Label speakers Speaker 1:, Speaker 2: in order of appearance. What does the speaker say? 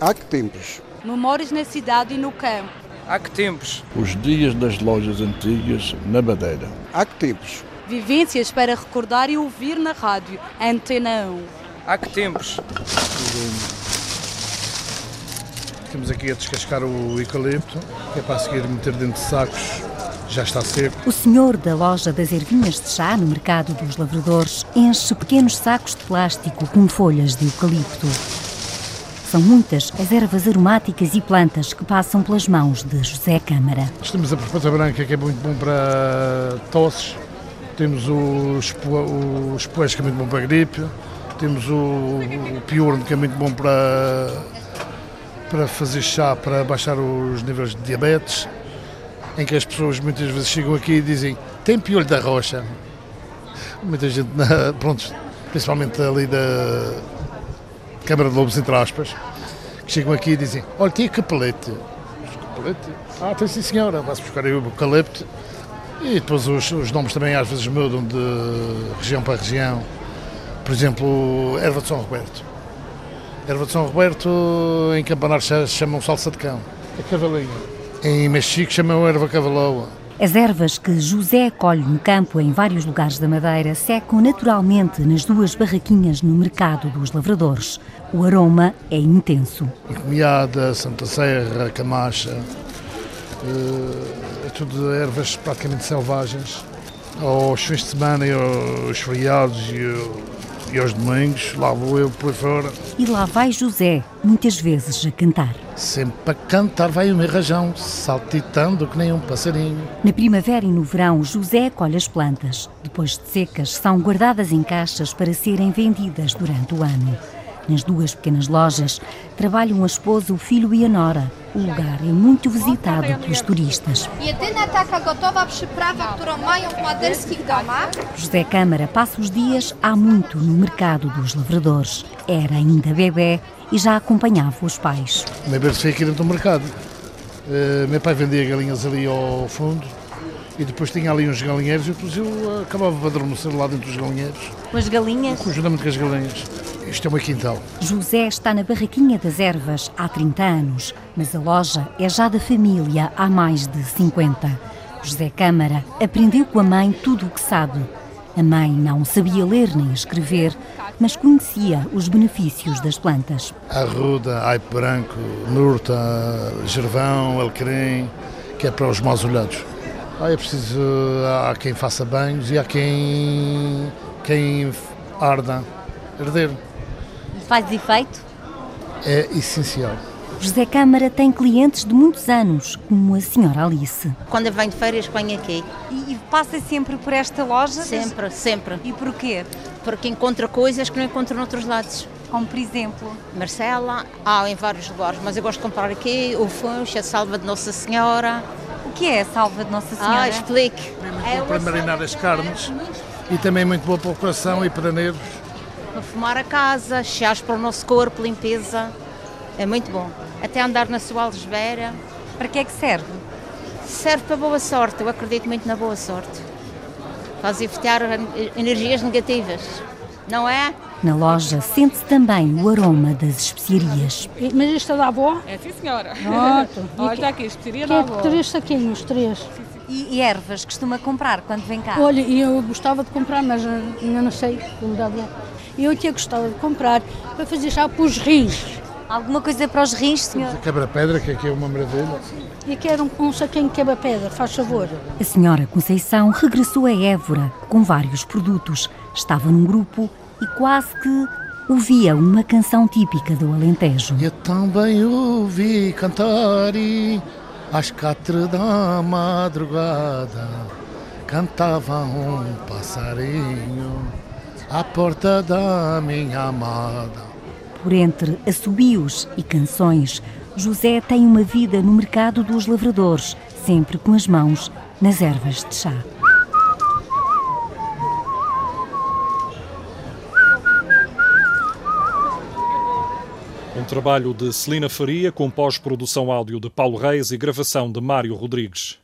Speaker 1: Há que tempos?
Speaker 2: Memórias na cidade e no campo.
Speaker 3: Há que tempos?
Speaker 4: Os dias das lojas antigas na Madeira.
Speaker 1: Há que tempos?
Speaker 2: Vivências para recordar e ouvir na rádio. Antena 1.
Speaker 3: Há que tempos?
Speaker 5: Estamos aqui a descascar o eucalipto, que é para a seguir meter dentro de sacos. Já está seco.
Speaker 6: O senhor da loja das ervinhas de chá no mercado dos lavradores enche pequenos sacos de plástico com folhas de eucalipto. São muitas as ervas aromáticas e plantas que passam pelas mãos de José Câmara.
Speaker 5: Nós temos a perpétua branca, que é muito bom para tosses. Temos o, espo- o espoés, que é muito bom para gripe. Temos o, o piorno, que é muito bom para, para fazer chá, para baixar os níveis de diabetes. Em que as pessoas muitas vezes chegam aqui e dizem: Tem piolho da rocha? Muita gente, na, pronto, principalmente ali da Câmara de Lobos, entre aspas, que chegam aqui e dizem: Olha, tem capelete. Eucalipto. Ah, tem sim senhora, vai-se buscar aí o eucalipto. E depois os, os nomes também às vezes mudam de região para região. Por exemplo, erva de São Roberto. Erva de São Roberto em Campanar cha- chamam salsa de cão. É cavalinho. Em Mexico chamam erva cavaloa.
Speaker 6: As ervas que José colhe no campo em vários lugares da Madeira secam naturalmente nas duas barraquinhas no mercado dos lavradores. O aroma é intenso.
Speaker 5: Encomiada, Santa Serra, Camacha. eh, É tudo ervas praticamente selvagens. Aos fins de semana e aos feriados e, ao- e aos domingos, lá vou eu por aí fora.
Speaker 6: E lá vai José, muitas vezes a cantar.
Speaker 5: Sempre a cantar vai o meu rajão, saltitando que nem um passarinho.
Speaker 6: Na primavera e no verão, José colhe as plantas. Depois de secas, são guardadas em caixas para serem vendidas durante o ano. Nas duas pequenas lojas trabalham a esposa, o filho e a nora. O lugar é muito visitado pelos turistas.
Speaker 7: Jedyna taka gotowa przyprawa, którą mają w maderskich domach,
Speaker 6: José Câmara passa os dias há muito no mercado dos lavradores. Era ainda bebê e já acompanhava os pais.
Speaker 5: O meu berço foi aqui dentro do mercado. Eh, meu pai vendia galinhas ali ao fundo e depois tinha ali uns galinheiros e depois eu acabava de adormecer lá dentro dos galinheiros,
Speaker 6: Com as galinhas?
Speaker 5: conjuntamente com as galinhas. Isto é o meu quintal.
Speaker 6: José está na barraquinha das ervas há 30 anos, mas a loja é já da família há mais de 50. José Câmara aprendeu com a mãe tudo o que sabe. A mãe não sabia ler nem escrever, mas conhecia os benefícios das plantas.
Speaker 5: Arruda, aipo branco, murta, gervão, alecrim, que é para os maus olhados. Ah, é preciso, há quem faça banhos e há quem, quem arda. Arder
Speaker 6: Faz efeito?
Speaker 5: é essencial.
Speaker 6: José Câmara tem clientes de muitos anos, como a senhora Alice.
Speaker 8: Quando eu venho de férias, venho aqui.
Speaker 9: E, e passa sempre por esta loja?
Speaker 8: Sempre, sempre.
Speaker 9: E porquê?
Speaker 8: Porque encontra coisas que não encontro noutros lados.
Speaker 9: Como por exemplo,
Speaker 8: Marcela, há em vários lugares, mas eu gosto de comprar aqui o Funcho, a Salva de Nossa Senhora.
Speaker 9: o que é a salva de Nossa Senhora?
Speaker 8: Ah, explique.
Speaker 5: É para marinar as carnes e também muito boa para o coração e para nervos.
Speaker 8: É Fumar a casa, chás para o nosso corpo, limpeza. É muito bom. Até andar na sua algesbeira.
Speaker 9: Para que é que serve?
Speaker 8: Serve para boa sorte, eu acredito muito na boa sorte. Faz evitar en- energias negativas, não é?
Speaker 6: Na loja sente-se também o aroma das especiarias.
Speaker 10: Mas isto é da avó?
Speaker 3: É sim, senhora.
Speaker 10: Pronto.
Speaker 3: Olha, está aqui, estiria
Speaker 10: Que
Speaker 3: na
Speaker 10: é
Speaker 3: avó.
Speaker 10: três saquinhos, três.
Speaker 9: E, e ervas costuma comprar quando vem cá?
Speaker 10: Olha, e eu gostava de comprar, mas eh, ainda não sei como da avó. Eu até gostava de comprar para fazer chá para os rins.
Speaker 9: Alguma coisa para os rins, senhor?
Speaker 5: A quebra-pedra, que aqui é uma maravilha.
Speaker 10: E quero um, um saquinho de quebra-pedra, faz favor.
Speaker 6: A senhora Conceição regressou a Évora com vários produtos. Estava num grupo e quase que ouvia uma canção típica do Alentejo.
Speaker 5: Eu também ouvi cantar e às quatro da madrugada cantava um passarinho à porta da minha amada.
Speaker 6: Por entre assobios e canções, José tem uma vida no mercado dos lavradores, sempre com as mãos nas ervas de chá.
Speaker 11: Um trabalho de Celina Faria com pós-produção áudio de Paulo Reis e gravação de Mário Rodrigues.